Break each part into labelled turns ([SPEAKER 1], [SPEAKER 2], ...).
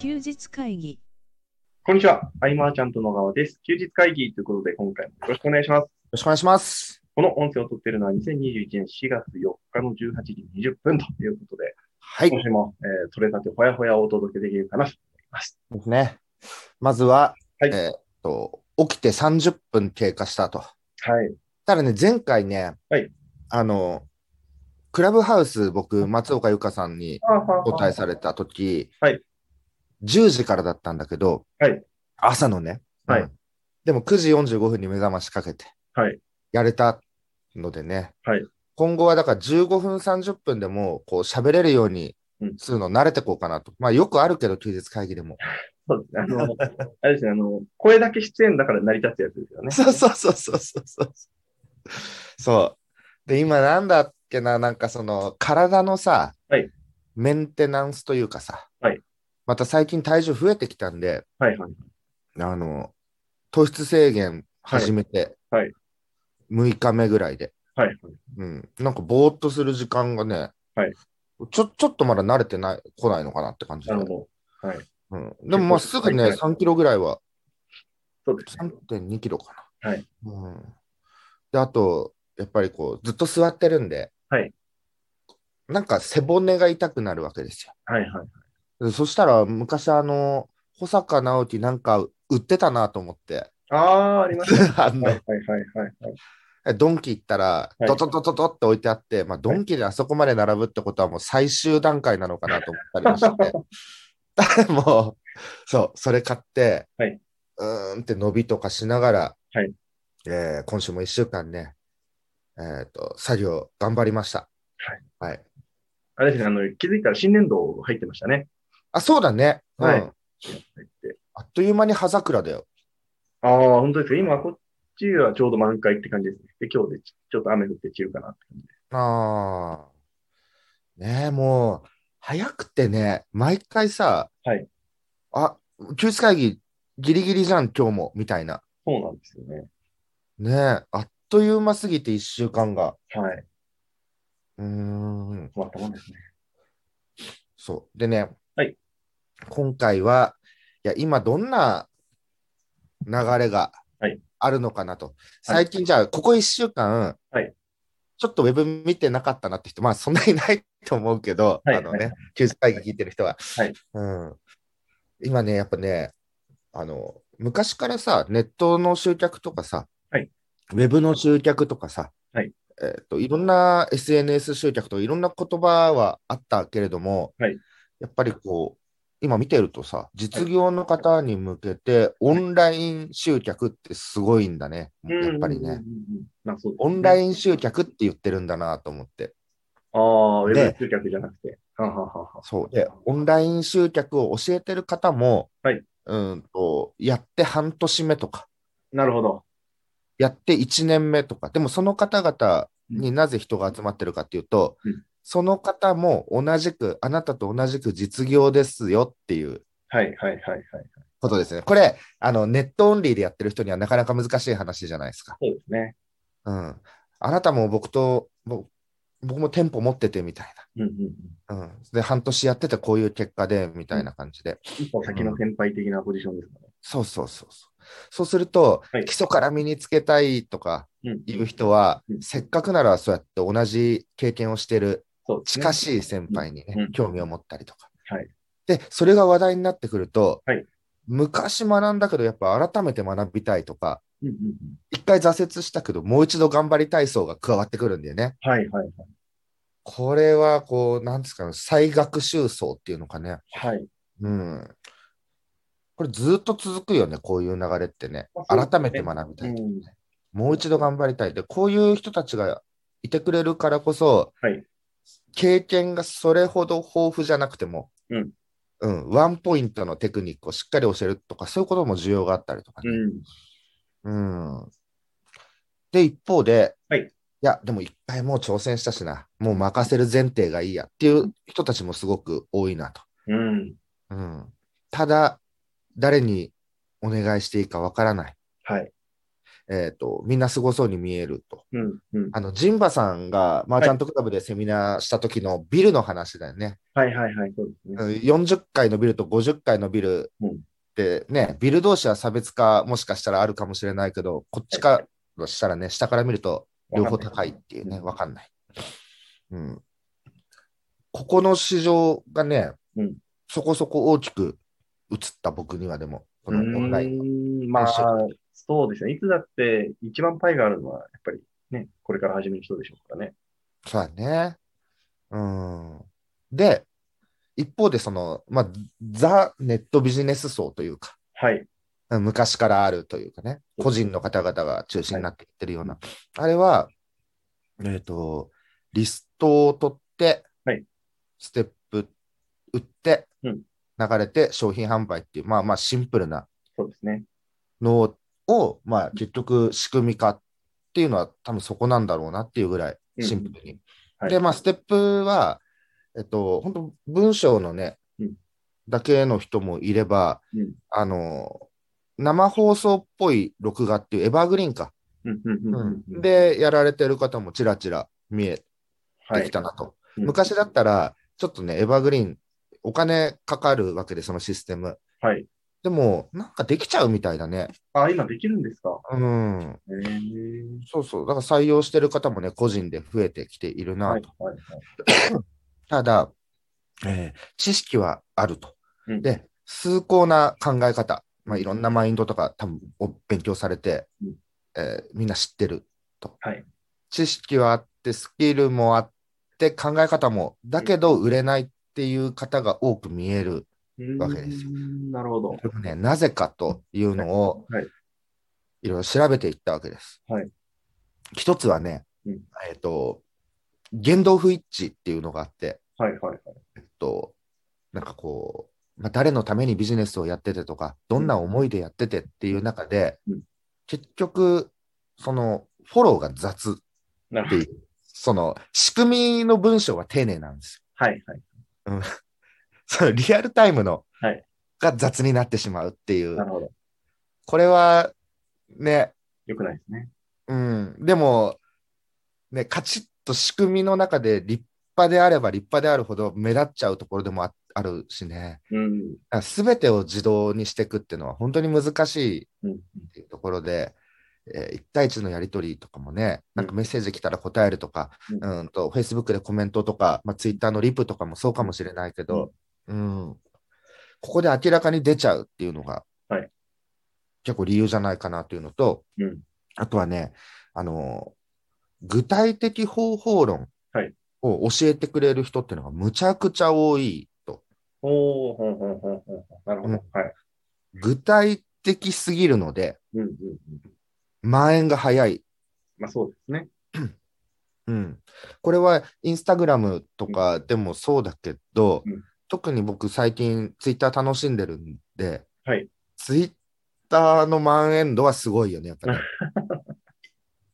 [SPEAKER 1] 休日会議。
[SPEAKER 2] こんにちは。アイマーちゃんと野川です。休日会議ということで、今回もよろしくお願いします。
[SPEAKER 3] ろしくお願いします。
[SPEAKER 2] この音声を撮っているのは2021年4月4日の18時20分ということで、
[SPEAKER 3] はい。
[SPEAKER 2] 今週も、えー、取れたてほやほやをお届けできるかなと思います。
[SPEAKER 3] ですね。まずは、
[SPEAKER 2] はい
[SPEAKER 3] えーっと、起きて30分経過したと。
[SPEAKER 2] はい。
[SPEAKER 3] ただね、前回ね、
[SPEAKER 2] はい
[SPEAKER 3] あの、クラブハウス、僕、松岡由香さんに招待された時、
[SPEAKER 2] はい
[SPEAKER 3] 10時からだったんだけど、
[SPEAKER 2] はい
[SPEAKER 3] 朝のね、
[SPEAKER 2] はい
[SPEAKER 3] うんでも9時45分に目覚ましかけて、
[SPEAKER 2] はい
[SPEAKER 3] やれたのでね、
[SPEAKER 2] はい
[SPEAKER 3] 今後はだから15分30分でもこう喋れるように
[SPEAKER 2] うん
[SPEAKER 3] するの慣れてこうかなと。まあよくあるけど、休日会議でも。
[SPEAKER 2] そうですね。あの、 あれですね、あの、声だけ出演だから成り立つやつですよね。
[SPEAKER 3] そうそうそうそうそうそう。そう。で、今なんだっけな、なんかその体のさ、
[SPEAKER 2] はい
[SPEAKER 3] メンテナンスというかさ、
[SPEAKER 2] はい
[SPEAKER 3] また最近体重増えてきたんで、
[SPEAKER 2] はいはい。
[SPEAKER 3] あの、糖質制限始めて、
[SPEAKER 2] はいはい
[SPEAKER 3] 6日目ぐらいで、
[SPEAKER 2] はいはい。
[SPEAKER 3] うん、なんかぼーっとする時間がね、
[SPEAKER 2] はい
[SPEAKER 3] ちょちょっとまだ慣れてない、来ないのかなって感じで
[SPEAKER 2] な。るほど。
[SPEAKER 3] うん、でもまあすぐね、
[SPEAKER 2] はい
[SPEAKER 3] 3キロぐらいは
[SPEAKER 2] そうですね。
[SPEAKER 3] 3.2キロかな。
[SPEAKER 2] はい
[SPEAKER 3] うん、で、あと、やっぱりこう、ずっと座ってるんで、
[SPEAKER 2] はい
[SPEAKER 3] なんか背骨が痛くなるわけです
[SPEAKER 2] はいはい。
[SPEAKER 3] よ。でそしたら、昔、あの、保坂直樹なんか売ってたなと 思って、
[SPEAKER 2] ああ、ありま した。
[SPEAKER 3] あ
[SPEAKER 2] は
[SPEAKER 3] の
[SPEAKER 2] いはいはいはいはい。
[SPEAKER 3] ドンキ行ったら、
[SPEAKER 2] い
[SPEAKER 3] ドドドドドって置いてあって、まあ、ドンキであそこまで並ぶってことは、もう最終段階なのかなと思ったりまし て、もう、そう、それ買って、
[SPEAKER 2] はいう
[SPEAKER 3] ーんって伸びとかしながら、
[SPEAKER 2] はい
[SPEAKER 3] えー今週も1週間ね、えっと作業頑張りました。はい
[SPEAKER 2] あれですね、あの、気づいたら新年度入ってましたね。
[SPEAKER 3] あ、そうだね、うん
[SPEAKER 2] はい入って。
[SPEAKER 3] あっという間に葉桜だよ。
[SPEAKER 2] ああ、本当ですか。今、こっちはちょうど満開って感じですね。で、今日でちちょっと雨降って散るかなって感じで。
[SPEAKER 3] ああ。ねえ、もう、早くてね、毎回さ、
[SPEAKER 2] はい
[SPEAKER 3] あ、休日会議ギリギリじゃん、今日も、みたいな。
[SPEAKER 2] そうなんですよね。
[SPEAKER 3] ねえ、あっという間すぎて、一週間が。
[SPEAKER 2] はい。
[SPEAKER 3] うーん、
[SPEAKER 2] 困ったもんですね。
[SPEAKER 3] そう。でね、
[SPEAKER 2] はい
[SPEAKER 3] 今回は、いや、今どんな流れが
[SPEAKER 2] はい
[SPEAKER 3] あるのかなと。最近、じゃあ、ここ一週間、
[SPEAKER 2] はい
[SPEAKER 3] ちょっとウェブ見てなかったなって人、まあ、そんなにないと思うけど、
[SPEAKER 2] はい
[SPEAKER 3] あの
[SPEAKER 2] は
[SPEAKER 3] ね、休日会議聞いてる人は。
[SPEAKER 2] はい
[SPEAKER 3] うん、今ね、やっぱね、あの、昔からさ、ネットの集客とかさ、
[SPEAKER 2] はい
[SPEAKER 3] ウェブの集客とかさ、
[SPEAKER 2] はい
[SPEAKER 3] えっと、いろんな SNS 集客とかいろんな言葉はあったけれども、
[SPEAKER 2] はい
[SPEAKER 3] やっぱりこう、今見てるとさ、実業の方に向けてオンライン集客ってすごいんだね、やっぱり
[SPEAKER 2] うんうんうんう
[SPEAKER 3] ね。
[SPEAKER 2] ん。まあそうです
[SPEAKER 3] オンラ
[SPEAKER 2] ン。
[SPEAKER 3] イン集客って言ってるんだなと思って。
[SPEAKER 2] ああ、ウェ
[SPEAKER 3] で
[SPEAKER 2] ブ集客じゃなくて。はんはんはんはん
[SPEAKER 3] そうで、オンライン集客を教えてる方も、
[SPEAKER 2] はい
[SPEAKER 3] うんと、やって半年目とか、
[SPEAKER 2] なるほど。
[SPEAKER 3] やって1年目とか、でもその方々になぜ人が集まってるかっていうと、
[SPEAKER 2] うん
[SPEAKER 3] その方も同じく、あなたと同じく実業ですよっていう
[SPEAKER 2] はいはいはいはい。
[SPEAKER 3] ことですね。これ、あのネットオンリーでやってる人にはなかなか難しい話じゃないですか。
[SPEAKER 2] そうですね。
[SPEAKER 3] うん。あなたも僕と、ぼ僕も店舗持っててみたい
[SPEAKER 2] うんうんうん。
[SPEAKER 3] な。うん。で、半年やっててこういう結果で、みたいな感じで。
[SPEAKER 2] 一歩先の先輩的なポジションですか
[SPEAKER 3] そうそうそうそう。そうすると、
[SPEAKER 2] はい
[SPEAKER 3] 基礎から身につけたいとか
[SPEAKER 2] ね。うん。
[SPEAKER 3] いう人は、
[SPEAKER 2] うん
[SPEAKER 3] せっかくならそうやって同じ経験をしてる
[SPEAKER 2] そうですね
[SPEAKER 3] 近しい先輩にね、
[SPEAKER 2] うん
[SPEAKER 3] 興味を持ったりとか、
[SPEAKER 2] はい
[SPEAKER 3] で、それが話題になってくると、
[SPEAKER 2] はい
[SPEAKER 3] 昔学んだけど、やっぱ改めて学びたいとか、
[SPEAKER 2] うんうんうん。
[SPEAKER 3] 一回挫折したけど、もう一度頑張りたい層が加わってくるんだよね。
[SPEAKER 2] はいはい
[SPEAKER 3] これは、こう、なんですかね、再学習層っていうのかね。
[SPEAKER 2] はい。はい。
[SPEAKER 3] うん。これずっと続くよね、こういう流れってね
[SPEAKER 2] まあ。そうですね
[SPEAKER 3] 改めて学びたいとかね、
[SPEAKER 2] うん
[SPEAKER 3] もう一度頑張りたい。で、こういう人たちがいてくれるからこそ、
[SPEAKER 2] はい
[SPEAKER 3] 経験がそれほど豊富じゃなくても、
[SPEAKER 2] うん
[SPEAKER 3] うんワンポイントのテクニックをしっかり教えるとか、そういうことも需要があったりとか、
[SPEAKER 2] う
[SPEAKER 3] ね
[SPEAKER 2] ん。
[SPEAKER 3] うんで、一方で、
[SPEAKER 2] はい
[SPEAKER 3] や、でも一回もう挑戦したしな、もう任せる前提がいいやっていう人たちもすごく多いなと。
[SPEAKER 2] うん。
[SPEAKER 3] うん、ただ、誰にお願いしていいかわからない。
[SPEAKER 2] はい。
[SPEAKER 3] えっ、と、みんなすごそうに見えると。
[SPEAKER 2] うん、うん。
[SPEAKER 3] あの、ジンバさんがマーチャントクラブでセミナーした時のビルの話だよね。
[SPEAKER 2] はいはいはい、そうですね。
[SPEAKER 3] うん40階のビルと50階のビル
[SPEAKER 2] うん
[SPEAKER 3] ってね、ビル同士は差別化もしかしたらあるかもしれないけど、こっちからしたらね、下から見ると両方高いっていうね、わかんない。うん。ここの市場がね、
[SPEAKER 2] うん
[SPEAKER 3] そこそこ大きく映った僕にはでも、このオンラインの。
[SPEAKER 2] うーんまあ、そうですね。いつだって一番パイがあるのは、やっぱりね、これから始める人でしょうからね。
[SPEAKER 3] そうだね。うん。で、一方でその、まあ、ザ・ネットビジネス層というか、
[SPEAKER 2] はい。
[SPEAKER 3] 昔からあるというかね、個人の方々が中心になっていってるような、あれは、えっ、と、リストを取って、
[SPEAKER 2] はい
[SPEAKER 3] ステップ打って、
[SPEAKER 2] うん
[SPEAKER 3] 流れて商品販売っていう、まあまあシンプルな
[SPEAKER 2] そうですね。
[SPEAKER 3] のを、まあ結局仕組み化っていうのは多分そこなんだろうなっていうぐらい
[SPEAKER 2] うん
[SPEAKER 3] シンプルに。
[SPEAKER 2] はい
[SPEAKER 3] で、まあステップは、えっと、本当文章のね、
[SPEAKER 2] うん
[SPEAKER 3] だけの人もいれば、
[SPEAKER 2] うん
[SPEAKER 3] あの、生放送っぽい録画っていうエバーグリーンか。
[SPEAKER 2] うん、うん、うんうんうん。、
[SPEAKER 3] で、やられてる方もちらちら見え
[SPEAKER 2] は
[SPEAKER 3] て
[SPEAKER 2] い
[SPEAKER 3] きたなと。
[SPEAKER 2] うん
[SPEAKER 3] 昔だったら、ちょっとね、エバーグリーン、お金かかるわけで、そのシステム。
[SPEAKER 2] はい。
[SPEAKER 3] でも、なんかできちゃうみたいだね。
[SPEAKER 2] あ、今できるんですか
[SPEAKER 3] うん。
[SPEAKER 2] へー
[SPEAKER 3] そうそう。だから採用してる方もね、個人で増えてきているなと。
[SPEAKER 2] はい、はい、はい。
[SPEAKER 3] ただ、えー知識はあると。
[SPEAKER 2] うん
[SPEAKER 3] で、崇高な考え方、まあ、いろんなマインドとか多分お勉強されて、
[SPEAKER 2] うん
[SPEAKER 3] えーみんな知ってると、
[SPEAKER 2] はい
[SPEAKER 3] 知識はあって、スキルもあって、考え方も、だけど売れないっていう方が多く見える。わけですよ
[SPEAKER 2] うーんなるほど。
[SPEAKER 3] これもね、なぜかというのを、
[SPEAKER 2] はいはい
[SPEAKER 3] いろいろ調べていったわけです。
[SPEAKER 2] はい
[SPEAKER 3] 一つはね、
[SPEAKER 2] うん
[SPEAKER 3] えっ、と、言動不一致っていうのがあって、
[SPEAKER 2] はい、はい、はい。
[SPEAKER 3] と、なんかこう、まあ、誰のためにビジネスをやっててとか、どんな思いでやっててっていう中で、
[SPEAKER 2] うん
[SPEAKER 3] 結局、そのフォローが雑
[SPEAKER 2] なるほ
[SPEAKER 3] って
[SPEAKER 2] ど。
[SPEAKER 3] いう、その仕組みの文章は丁寧なんです
[SPEAKER 2] はい、はい。
[SPEAKER 3] よ。そのリアルタイムの、
[SPEAKER 2] はい
[SPEAKER 3] が雑になってしまうってい
[SPEAKER 2] なる
[SPEAKER 3] う、
[SPEAKER 2] ほど。
[SPEAKER 3] これはね、
[SPEAKER 2] よくないですね。
[SPEAKER 3] うん、でも、ね、カチッと仕組みの中で立派であれば立派であるほど目立っちゃうところでもああるしね。
[SPEAKER 2] うん。
[SPEAKER 3] すべてを自動にしていくっていうのは本当に難しい
[SPEAKER 2] うんうん。
[SPEAKER 3] っていうところで、えー一対一のやり取りとかもね、なんかメッセージ来たら答えるとか、
[SPEAKER 2] う
[SPEAKER 3] うんん、と、Facebook でコメントとか、まあ、Twitter のリプとかもそうかもしれないけど、うん、ここで明らかに出ちゃうっていうのが、
[SPEAKER 2] はい
[SPEAKER 3] 結構理由じゃないかなというのと、
[SPEAKER 2] うん
[SPEAKER 3] あとはね、あのー具体的方法論
[SPEAKER 2] はい
[SPEAKER 3] を教えてくれる人っていうのがむちゃくちゃ多いと。
[SPEAKER 2] おー、ほんほんほんほんほん。なるほど。
[SPEAKER 3] うん
[SPEAKER 2] はい。
[SPEAKER 3] 具体的すぎるので、
[SPEAKER 2] うん、うん、うん。
[SPEAKER 3] 蔓延が早い。
[SPEAKER 2] まあそうですね。
[SPEAKER 3] うん、これはインスタグラムとかでもそうだけど、
[SPEAKER 2] うん
[SPEAKER 3] 特に僕最近ツイッター楽しんでるんで、
[SPEAKER 2] はい
[SPEAKER 3] ツイッターの蔓延度はすごいよね、やっ ぱり。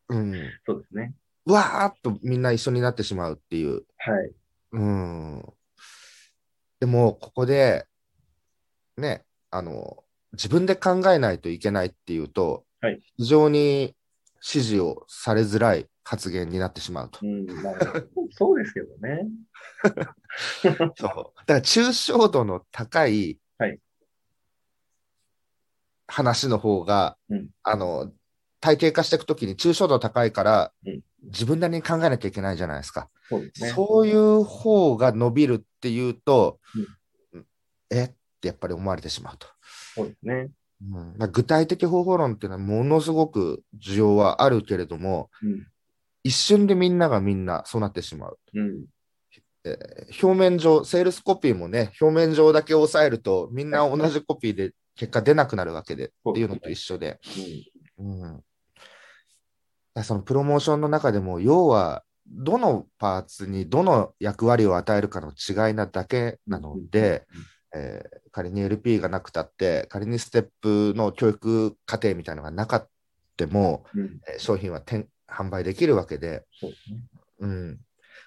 [SPEAKER 3] うん、
[SPEAKER 2] そうですね。
[SPEAKER 3] うわーっとみんな一緒になってしまうっていう。
[SPEAKER 2] はい。
[SPEAKER 3] うん、でも、ここで、ね、あの、自分で考えないといけないっていうと、
[SPEAKER 2] はい
[SPEAKER 3] 非常に支持をされづらい発言になってしまうと。
[SPEAKER 2] うん、まあ、 そうですけどね。
[SPEAKER 3] そうだから、抽象度の高い
[SPEAKER 2] はい
[SPEAKER 3] 話の方が、
[SPEAKER 2] うん
[SPEAKER 3] あの、体系化していくときに抽象度高いから、
[SPEAKER 2] うん
[SPEAKER 3] 自分なりに考えなきゃいけないじゃないですか。
[SPEAKER 2] そうですね。
[SPEAKER 3] そういう方が伸びるっていうと、えってやっぱり思われてしまうと。
[SPEAKER 2] そうですね。
[SPEAKER 3] うんまあ具体的方法論っていうのはものすごく需要はあるけれども、
[SPEAKER 2] うん
[SPEAKER 3] 一瞬でみんながみんなそうなってしまう。
[SPEAKER 2] うん。
[SPEAKER 3] えー表面上、セールスコピーもね、表面上だけ抑えると、みんな同じコピーで結果出なくなるわけで、
[SPEAKER 2] そう
[SPEAKER 3] っていうのと一緒で、
[SPEAKER 2] うん
[SPEAKER 3] うんだからそのプロモーションの中でも、要は、どのパーツにどの役割を与えるかの違いなだけなので、えー仮に LP がなくたって、仮にステップの教育過程みたいなのがなかっても、
[SPEAKER 2] うん。
[SPEAKER 3] えー商品は転販売できるわけで、
[SPEAKER 2] そうですね。
[SPEAKER 3] うん、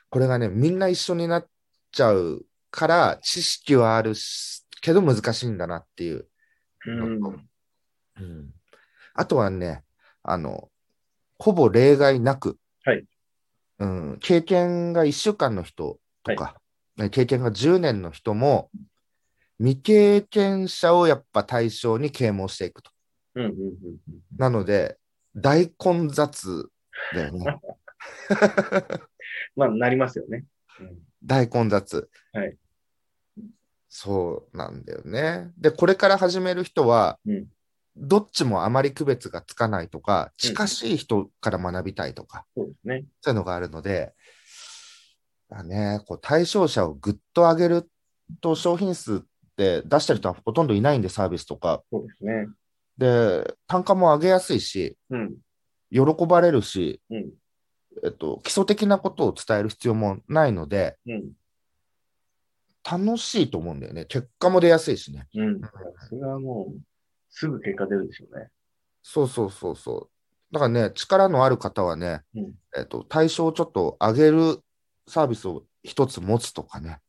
[SPEAKER 3] これがね、みんな一緒になっちゃうから、知識はあるしけど難しいんだなっていう。
[SPEAKER 2] うん。
[SPEAKER 3] うんあとはね、あの、ほぼ例外なく、
[SPEAKER 2] はい
[SPEAKER 3] うん、経験が1週間の人とか、ね経験が10年の人も、未経験者をやっぱ対象に啓蒙していくと。
[SPEAKER 2] うんうんうんうん。
[SPEAKER 3] なので、大混雑 だよね。
[SPEAKER 2] まあ、なりますよね。うん
[SPEAKER 3] 大混雑。
[SPEAKER 2] はい
[SPEAKER 3] そうなんだよね。で、これから始める人は、
[SPEAKER 2] うん
[SPEAKER 3] どっちもあまり区別がつかないとか、近しい人から学びたいとか、
[SPEAKER 2] そうですね。
[SPEAKER 3] そういうのがあるので、だね、こう対象者をぐっと上げると商品数って出してる人はほとんどいないんで、サービスとか。
[SPEAKER 2] そうですね。
[SPEAKER 3] で、単価も上げやすいし、
[SPEAKER 2] うん。
[SPEAKER 3] 喜ばれるし、
[SPEAKER 2] うん。
[SPEAKER 3] えっと、基礎的なことを伝える必要もないので、
[SPEAKER 2] うん。
[SPEAKER 3] 楽しいと思うんだよね。結果も出やすいしね。
[SPEAKER 2] うん。それはもう、すぐ結果出るでしょうね。
[SPEAKER 3] そうそうそうそう。だからね、力のある方はね、
[SPEAKER 2] うん
[SPEAKER 3] えっと、対象をちょっと上げるサービスを一つ持つとかね。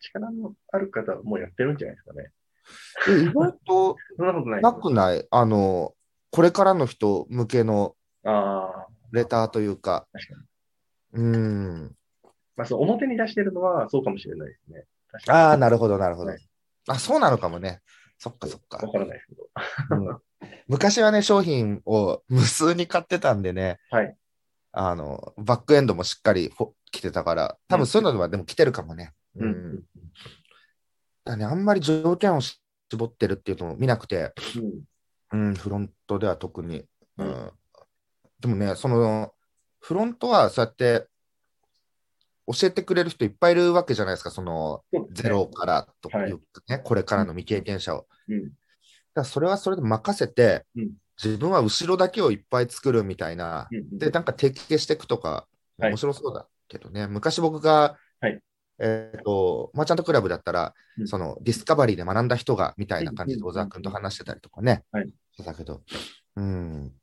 [SPEAKER 2] 力のある方はもうやってるんじゃないですかね。
[SPEAKER 3] で意外と
[SPEAKER 2] そんなことない。
[SPEAKER 3] なく ない、あの、これからの人向けの
[SPEAKER 2] ああ。
[SPEAKER 3] レターというか
[SPEAKER 2] 確かに。
[SPEAKER 3] うん。
[SPEAKER 2] まあ、そう、表に出してるのはそうかもしれないですね。確かに。
[SPEAKER 3] ああ、なるほど、なるほど
[SPEAKER 2] はい。
[SPEAKER 3] あ、そうなのかもね。そっかそっか
[SPEAKER 2] わ。からないですけど。
[SPEAKER 3] うん昔はね、商品を無数に買ってたんでね、
[SPEAKER 2] はい
[SPEAKER 3] あのバックエンドもしっかりほ来てたから、多分そういうのはでも来てるかもね。
[SPEAKER 2] う
[SPEAKER 3] うん
[SPEAKER 2] ん。
[SPEAKER 3] だねあんまり条件を絞ってるっていうのを見なくて、
[SPEAKER 2] うん。
[SPEAKER 3] うん、フロントでは特に。うん
[SPEAKER 2] うん
[SPEAKER 3] でもね、そのフロントはそうやって教えてくれる人いっぱいいるわけじゃないですか、その
[SPEAKER 2] そうですね
[SPEAKER 3] ゼロからとかいうかね、これからの未経験者を。
[SPEAKER 2] うん。
[SPEAKER 3] だからそれはそれで任せて、
[SPEAKER 2] うん
[SPEAKER 3] 自分は後ろだけをいっぱい作るみたいな、
[SPEAKER 2] うん。
[SPEAKER 3] で、なんか提携していくとか、
[SPEAKER 2] はい
[SPEAKER 3] 面白そうだけどね、昔僕が、
[SPEAKER 2] はい
[SPEAKER 3] えっ、と、マーチャントクラブだったら、
[SPEAKER 2] うん
[SPEAKER 3] そのディスカバリーで学んだ人がみたいな感じで小沢君と話してたりとかね、
[SPEAKER 2] はい
[SPEAKER 3] してたけど、うん。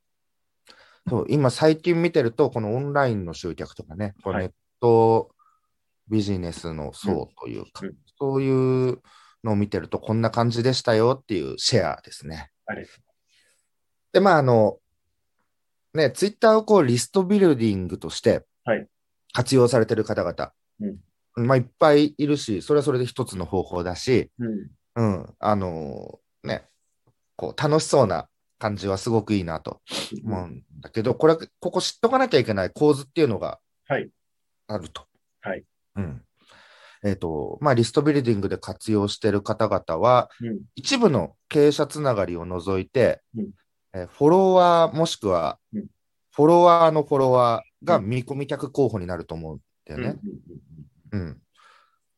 [SPEAKER 3] そう今、最近見てると、このオンラインの集客とかね、こう
[SPEAKER 2] はい
[SPEAKER 3] ネットビジネスの層というか、
[SPEAKER 2] うんうん
[SPEAKER 3] そういうのを見てると、こんな感じでしたよっていうシェアですね。
[SPEAKER 2] あれ。
[SPEAKER 3] で、まあ、あの、ね、ツイッターをこう、リストビルディングとして
[SPEAKER 2] はい、
[SPEAKER 3] 活用されてる方々、まあ、いっぱいいるし、それはそれで一つの方法だし、
[SPEAKER 2] うん。
[SPEAKER 3] うん、あのね、こう、楽しそうな感じはすごくいいなと思うんだけど、これ、ここ知っとかなきゃいけない構図っていうのが
[SPEAKER 2] はい。
[SPEAKER 3] あると。
[SPEAKER 2] はい。
[SPEAKER 3] うん。えっ、と、まあ、リストビルディングで活用してる方々は、
[SPEAKER 2] うん。
[SPEAKER 3] 一部の経営者つながりを除いて、
[SPEAKER 2] うん
[SPEAKER 3] えーフォロワーもしくは、
[SPEAKER 2] うん
[SPEAKER 3] フォロワーのフォロワーが
[SPEAKER 2] う
[SPEAKER 3] 見込み客候補になると思うんだよ
[SPEAKER 2] うん。うん。う
[SPEAKER 3] ね。
[SPEAKER 2] ん
[SPEAKER 3] うんっ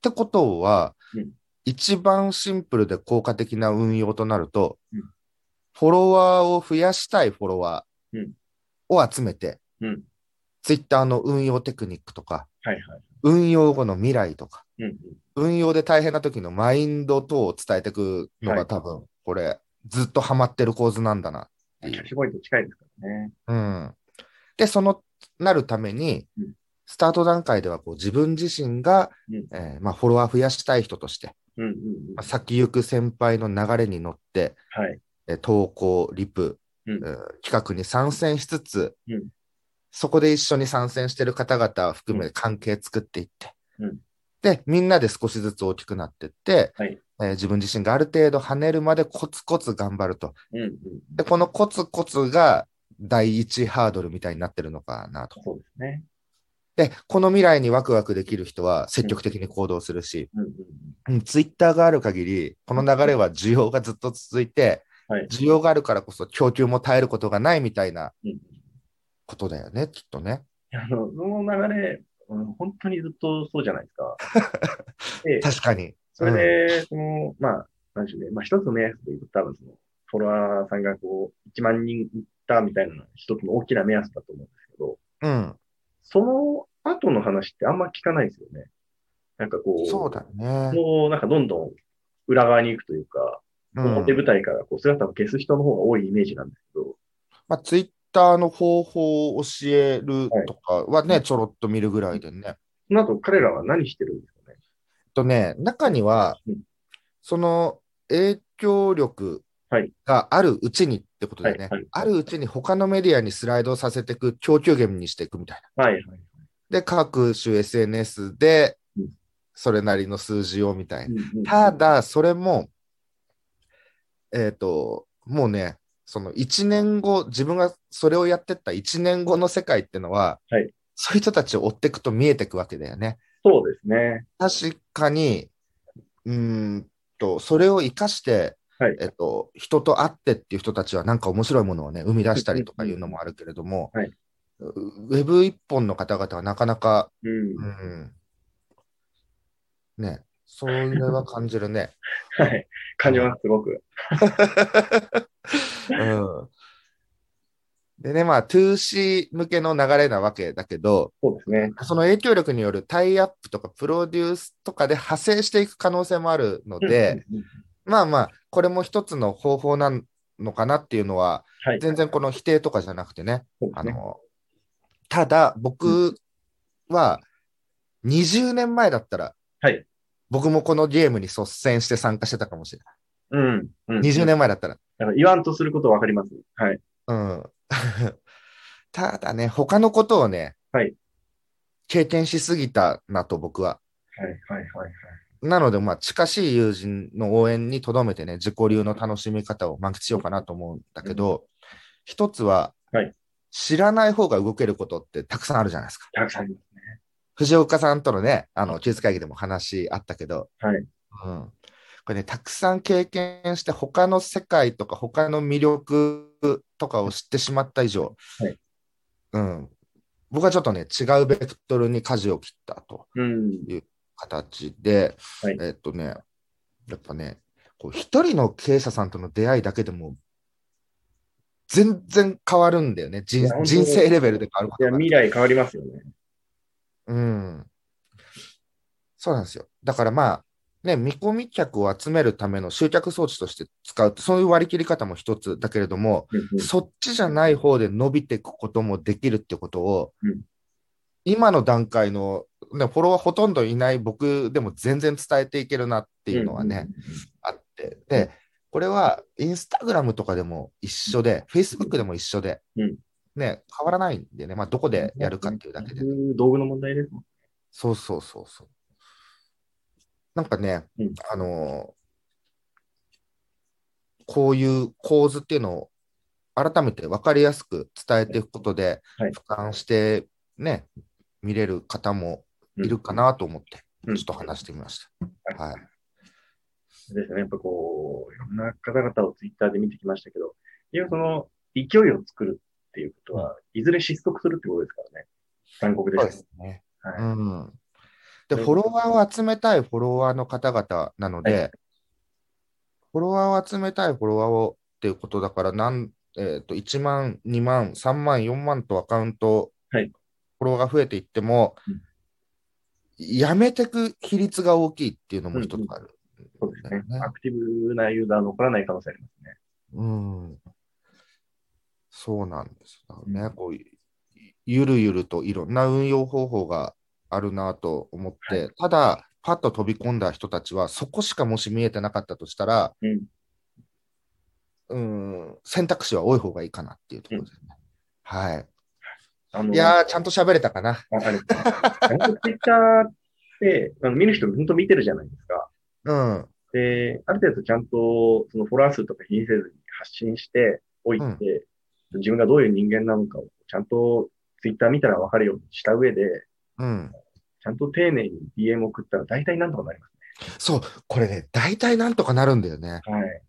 [SPEAKER 3] てことは、
[SPEAKER 2] うん
[SPEAKER 3] 一番シンプルで効果的な運用となると、
[SPEAKER 2] うん
[SPEAKER 3] フォロワーを増やしたいフォロワー
[SPEAKER 2] うん
[SPEAKER 3] を集めて、
[SPEAKER 2] うん。
[SPEAKER 3] ツイッターの運用テクニックとか、
[SPEAKER 2] はいはい。
[SPEAKER 3] 運用後の未来とか、
[SPEAKER 2] うん。
[SPEAKER 3] 運用で大変な時のマインド等を伝えていくの
[SPEAKER 2] は
[SPEAKER 3] が
[SPEAKER 2] い
[SPEAKER 3] 多分これ、ずっとハマってる構図なんだなって
[SPEAKER 2] キ
[SPEAKER 3] い
[SPEAKER 2] ャッ
[SPEAKER 3] う。
[SPEAKER 2] チポイント近いですからね。
[SPEAKER 3] うん、でそのなるために、
[SPEAKER 2] うん
[SPEAKER 3] スタート段階ではこう自分自身が、
[SPEAKER 2] うん
[SPEAKER 3] えーまあ、フォロワー増やしたい人として、
[SPEAKER 2] うん。うん。うん
[SPEAKER 3] まあ、先行く先輩の流れに乗って、
[SPEAKER 2] はい。
[SPEAKER 3] えー投稿、リプ、
[SPEAKER 2] うん
[SPEAKER 3] えー企画に参戦しつつ、
[SPEAKER 2] うん
[SPEAKER 3] そこで一緒に参戦してる方々を含め関係作っていって、
[SPEAKER 2] うん
[SPEAKER 3] で、みんなで少しずつ大きくなってって、
[SPEAKER 2] はい
[SPEAKER 3] えー自分自身がある程度跳ねるまでコツコツ頑張ると。
[SPEAKER 2] うん。うん。
[SPEAKER 3] で、このコツコツが第一ハードルみたいになってるのかなと。
[SPEAKER 2] そうですね。
[SPEAKER 3] で、この未来にワクワクできる人は積極的に行動するし、
[SPEAKER 2] うん。うん。
[SPEAKER 3] うん、ツイッターがある限り、この流れは需要がずっと続いて、
[SPEAKER 2] はい
[SPEAKER 3] 需要があるからこそ供給も耐えることがないみたいな
[SPEAKER 2] うん。
[SPEAKER 3] ことだよね、きっとね。
[SPEAKER 2] あの、その流れ、うん本当にずっとそうじゃないです か。で、
[SPEAKER 3] 確かに。
[SPEAKER 2] それで、その、まあ、なんでしょうね。まあ、一つの目安で言うと、多分その、フォロワーさんがこう、1万人いったみたいなのが一つの大きな目安だと思うんですけど、
[SPEAKER 3] うん。
[SPEAKER 2] その後の話ってあんま聞かないですよね。なんかこう、
[SPEAKER 3] そうだね。
[SPEAKER 2] もうなんかどんどん裏側に行くというか、
[SPEAKER 3] うん
[SPEAKER 2] 表舞台からこう姿を消す人の方が多いイメージなんですけど、
[SPEAKER 3] まあ、ツイッターの方法を教えるとかはね、ちょろっと見るぐらいでね。えっ
[SPEAKER 2] その後彼らは何してるんですかね。
[SPEAKER 3] とね、中には
[SPEAKER 2] うん、
[SPEAKER 3] その影響力
[SPEAKER 2] はい
[SPEAKER 3] があるうちにってことでね、
[SPEAKER 2] はいはい
[SPEAKER 3] あるうちに他のメディアにスライドさせていく、供給源にしていくみたいな。
[SPEAKER 2] はいはい。
[SPEAKER 3] で、各種 SNS で
[SPEAKER 2] うん、
[SPEAKER 3] それなりの数字をみたいな。
[SPEAKER 2] うんうん
[SPEAKER 3] た、だ、それも、えっ、と、もうね、その1年後、自分がそれをやってった1年後の世界ってのは、
[SPEAKER 2] はい
[SPEAKER 3] そういう人たちを追っていくと見えてくわけだよね。
[SPEAKER 2] そうですね。
[SPEAKER 3] 確かに、うーんと、それを生かして、
[SPEAKER 2] はい
[SPEAKER 3] えっと、人と会ってっていう人たちはなんか面白いものをね、生み出したりとかいうのもあるけれども、
[SPEAKER 2] はい
[SPEAKER 3] ウェブ一本の方々はなかなか
[SPEAKER 2] うん。
[SPEAKER 3] うんね、それは感じるね。
[SPEAKER 2] はい。感じます、すごく。
[SPEAKER 3] うん、でね、まあ、2C 向けの流れなわけだけど、
[SPEAKER 2] そうですね。
[SPEAKER 3] その影響力によるタイアップとかプロデュースとかで派生していく可能性もあるので、
[SPEAKER 2] うんうんうん、
[SPEAKER 3] まあまあ、これも一つの方法なのかなっていうのは、
[SPEAKER 2] はい。
[SPEAKER 3] 全然この否定とかじゃなくてね、
[SPEAKER 2] そうで
[SPEAKER 3] あ
[SPEAKER 2] すね
[SPEAKER 3] のただ、僕は20年前だったら、
[SPEAKER 2] はい
[SPEAKER 3] 僕もこのゲームに率先して参加してたかもしれな
[SPEAKER 2] うん。うん。
[SPEAKER 3] い。20。年前だったら。
[SPEAKER 2] だから言わんとすることわかります。はい。
[SPEAKER 3] うん、 ただね、他のことをね、
[SPEAKER 2] はい
[SPEAKER 3] 経験しすぎたなと僕は。
[SPEAKER 2] はい、はい、はい。
[SPEAKER 3] なので、まあ、近しい友人の応援にとどめてね、自己流の楽しみ方を満喫しようかなと思うんだけど、一つは、
[SPEAKER 2] はい
[SPEAKER 3] 知らない方が動けることってたくさんあるじゃないですか。
[SPEAKER 2] たくさんありますね。
[SPEAKER 3] 藤岡さんとのね、あの、技術会議でも話あったけど、
[SPEAKER 2] はい
[SPEAKER 3] うん。これね、たくさん経験して、他の世界とか、他の魅力とかを知ってしまった以上、
[SPEAKER 2] はい
[SPEAKER 3] うん。僕はちょっとね、違うベクトルに舵を切ったと
[SPEAKER 2] うん。
[SPEAKER 3] 形で、
[SPEAKER 2] はい
[SPEAKER 3] えっとね、やっぱね、こう一人の経営者さんとの出会いだけでも、全然変わるんだよね。
[SPEAKER 2] い
[SPEAKER 3] 人
[SPEAKER 2] や本当に
[SPEAKER 3] 人生レベルで変わるこ
[SPEAKER 2] い
[SPEAKER 3] と
[SPEAKER 2] や、
[SPEAKER 3] が
[SPEAKER 2] 未来変わりますよね。
[SPEAKER 3] うん。そうなんですよ。だからまあ、ね、見込み客を集めるための集客装置として使う、そういう割り切り方も一つだけれども、
[SPEAKER 2] うんうん
[SPEAKER 3] そっちじゃない方で伸びていくこともできるってことを、
[SPEAKER 2] うん
[SPEAKER 3] 今の段階の、ね、フォロワーほとんどいない僕でも全然伝えていけるなっていうのはね、あって、で、これはインスタグラムとかでも一緒で、Facebook でも一緒で、
[SPEAKER 2] うん
[SPEAKER 3] ね、変わらないんでね、まあ、どこでやるかっていうだけで
[SPEAKER 2] う。ん道具の問題ですもん。
[SPEAKER 3] そうそうそうそう。なんかね、
[SPEAKER 2] うん
[SPEAKER 3] あのーこういう構図っていうのを改めて分かりやすく伝えていくことで、
[SPEAKER 2] はい
[SPEAKER 3] 俯瞰してね、見れる方もいるかなと思って、
[SPEAKER 2] うん
[SPEAKER 3] ちょっと話してみました。はい。
[SPEAKER 2] ですね。やっぱこう、いろんな方々をツイッターで見てきましたけど、いや、その、勢いを作るっていうことは、いずれ失速するってことですからね。残酷です。
[SPEAKER 3] すね。
[SPEAKER 2] は
[SPEAKER 3] う
[SPEAKER 2] い。
[SPEAKER 3] ん。で、
[SPEAKER 2] うん
[SPEAKER 3] フォロワーを集めたいフォロワーの方々なので、
[SPEAKER 2] はい
[SPEAKER 3] フォロワーを集めたいフォロワーをっていうことだから、なんえー、と1万、2万、3万、4万とアカウント、
[SPEAKER 2] はい
[SPEAKER 3] フォロワーが増えていっても、
[SPEAKER 2] うん
[SPEAKER 3] やめてく比率が大きいっていうのも一つある。
[SPEAKER 2] そうですね
[SPEAKER 3] ね。
[SPEAKER 2] アクティブなユーザーは残らない可能性ありますね。
[SPEAKER 3] うんそうなんですよね、
[SPEAKER 2] うん
[SPEAKER 3] こういゆるゆるといろんな運用方法があるなと思って、ただ、パッと飛び込んだ人たちは、そこしかもし見えてなかったとしたら、
[SPEAKER 2] うん
[SPEAKER 3] うん選択肢は多い方がいいかなっていうところですね。はい。
[SPEAKER 2] あの
[SPEAKER 3] いやー、ちゃんと喋れたかな。
[SPEAKER 2] わかります。ツイッターって、あの見る人本当見てるじゃないですか。
[SPEAKER 3] うん。
[SPEAKER 2] で、ある程度ちゃんと、そのフォロワー数とか気にせずに発信しておいて、自分がどういう人間なのかをちゃんとツイッター見たらわかるようにした上で、
[SPEAKER 3] うん。
[SPEAKER 2] ちゃんと丁寧に DM 送ったら大体なんとかなります
[SPEAKER 3] そう、これね、大体なんとかなるんだよね。
[SPEAKER 2] ね。はい。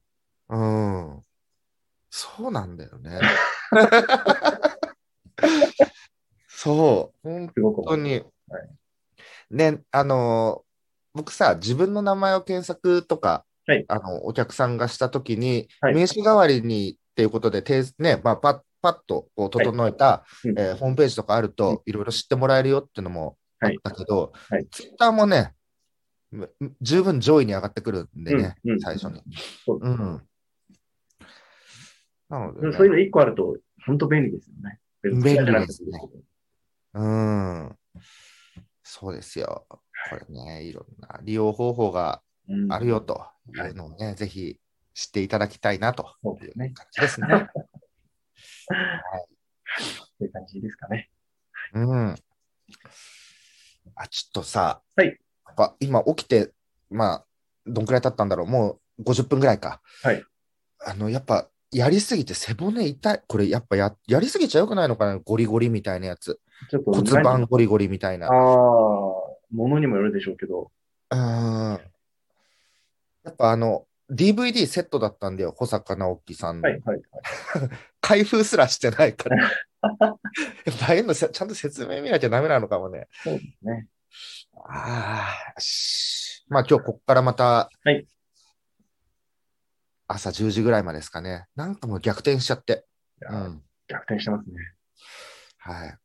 [SPEAKER 3] うん。そうなんだよね。 そう。本
[SPEAKER 2] すごく思
[SPEAKER 3] 当
[SPEAKER 2] う。
[SPEAKER 3] に。ね、あのー僕さ、自分の名前を検索とか、
[SPEAKER 2] はい
[SPEAKER 3] あの、お客さんがしたときに、
[SPEAKER 2] はい
[SPEAKER 3] 名刺代わりにっていうことで、てね、まあ、パッ、パッとこう整えた、
[SPEAKER 2] うん
[SPEAKER 3] えーホームページとかあると、いろいろ知ってもらえるよっていうのもあったけど、
[SPEAKER 2] はい
[SPEAKER 3] ツイッターもね、む十分上位に上がってくるんでね、
[SPEAKER 2] うんうん
[SPEAKER 3] 最初に。
[SPEAKER 2] そうで
[SPEAKER 3] うん。なので、
[SPEAKER 2] そういう
[SPEAKER 3] ね、
[SPEAKER 2] の一個あると、本当便利ですよね。別に嫌じゃなくてもいいけど
[SPEAKER 3] うん。そうですよ。これね、いろんな利用方法が
[SPEAKER 2] うん
[SPEAKER 3] あるよというのをね、ぜひ知っていただきたいなと
[SPEAKER 2] そうですね。
[SPEAKER 3] 感じですね。
[SPEAKER 2] そういう感じですかね。
[SPEAKER 3] うん。あ、ちょっとさ、
[SPEAKER 2] はい
[SPEAKER 3] やっぱ今起きて、まあ、どんくらい経ったんだろう、もう50分ぐらいか。
[SPEAKER 2] はい。
[SPEAKER 3] あの、やっぱ、やりすぎて背骨痛い。これ、やっぱや、やりすぎちゃよくないのかなゴリゴリみたいなやつ。
[SPEAKER 2] ちょっと
[SPEAKER 3] 骨盤ゴリゴリみたいな。
[SPEAKER 2] ああ、ものにもよるでしょうけど。
[SPEAKER 3] うーんやっぱあの、DVD セットだったんだよ、保坂直樹さんの。
[SPEAKER 2] はいはいはい。
[SPEAKER 3] 開封すらしてない から。やっぱああいうのせちゃんと説明見なきゃダメなのかもね。
[SPEAKER 2] そうですね。
[SPEAKER 3] ああ、しまあ今日こっからまた、
[SPEAKER 2] はい
[SPEAKER 3] 朝10時ぐらいまでですかね。なんかもう逆転しちゃって。
[SPEAKER 2] いや
[SPEAKER 3] う
[SPEAKER 2] ー
[SPEAKER 3] ん。
[SPEAKER 2] 逆転してますね。
[SPEAKER 3] はい。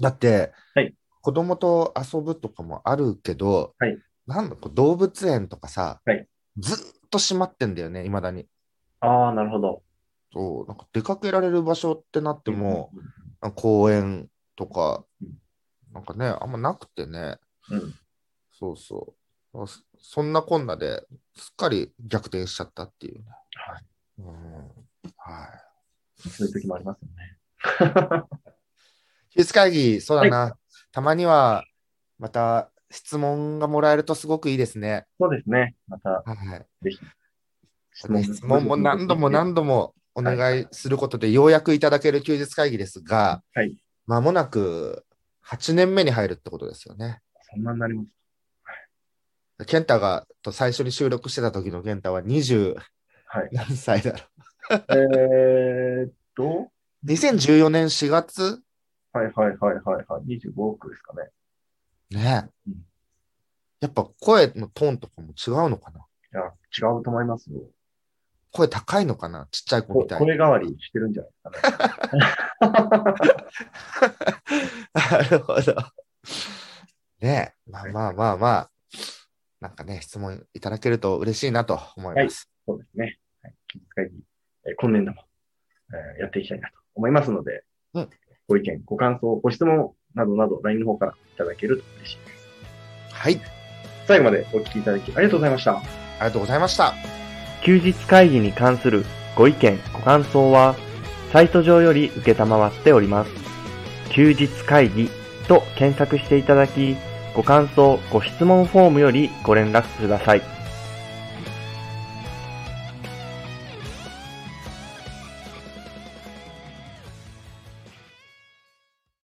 [SPEAKER 3] だって、
[SPEAKER 2] はい
[SPEAKER 3] 子供と遊ぶとかもあるけど、
[SPEAKER 2] はい
[SPEAKER 3] なんだこう動物園とかさ、
[SPEAKER 2] はい
[SPEAKER 3] ずーっと閉まってんだよね、いまだに。
[SPEAKER 2] ああ、なるほど。
[SPEAKER 3] そうなんか出かけられる場所ってなっても、
[SPEAKER 2] うん
[SPEAKER 3] なんか公園とか
[SPEAKER 2] うん、
[SPEAKER 3] なんかね、あんまなくてね、
[SPEAKER 2] うん。
[SPEAKER 3] そうそう。まあそそんなこんなで、すっかり逆転しちゃったっていうね。
[SPEAKER 2] はい
[SPEAKER 3] うんはい。
[SPEAKER 2] そういう時もありますよね。
[SPEAKER 3] ヒュース会議、そうだな。たまには、また質問がもらえるとすごくいいですね。
[SPEAKER 2] そうですね。また、
[SPEAKER 3] はい。
[SPEAKER 2] ぜひ。
[SPEAKER 3] ね質問も何度も何度もお願いすることで、ようやくいただける休日会議ですが、
[SPEAKER 2] はい。
[SPEAKER 3] まもなく8年目に入るってことですよね。
[SPEAKER 2] そんなになります。
[SPEAKER 3] 健太がと最初に収録してた時の健太は20
[SPEAKER 2] はい。
[SPEAKER 3] 何歳だろ
[SPEAKER 2] えーっと、
[SPEAKER 3] う。2014年4月
[SPEAKER 2] はいはいはいはいはい。25億ですかね。
[SPEAKER 3] ね
[SPEAKER 2] うん
[SPEAKER 3] やっぱ声のトーンとかも違うのかない
[SPEAKER 2] や、違うと思いますよ。
[SPEAKER 3] 声高いのかなちっちゃい子
[SPEAKER 2] こ
[SPEAKER 3] みたいな。
[SPEAKER 2] 声変わりしてるんじゃないですかね。
[SPEAKER 3] なるほど。ねえ、まあまあまあまあ、なんかね、質問いただけると嬉しいなと思います。
[SPEAKER 2] そうですね。はい。記述会議、えー今年度も、えーやっていきたいなと思いますので、
[SPEAKER 3] うん
[SPEAKER 2] ご意見、ご感想、ご質問などなど、LINE の方からいただけると嬉しいです。
[SPEAKER 3] はい、
[SPEAKER 2] 最後までお聞きいただきありがとうございました。
[SPEAKER 3] ありがとうございました。
[SPEAKER 1] 休日会議に関するご意見、ご感想は、サイト上より受けたまわっております。休日会議と検索していただき、ご感想、ご質問フォームよりご連絡ください。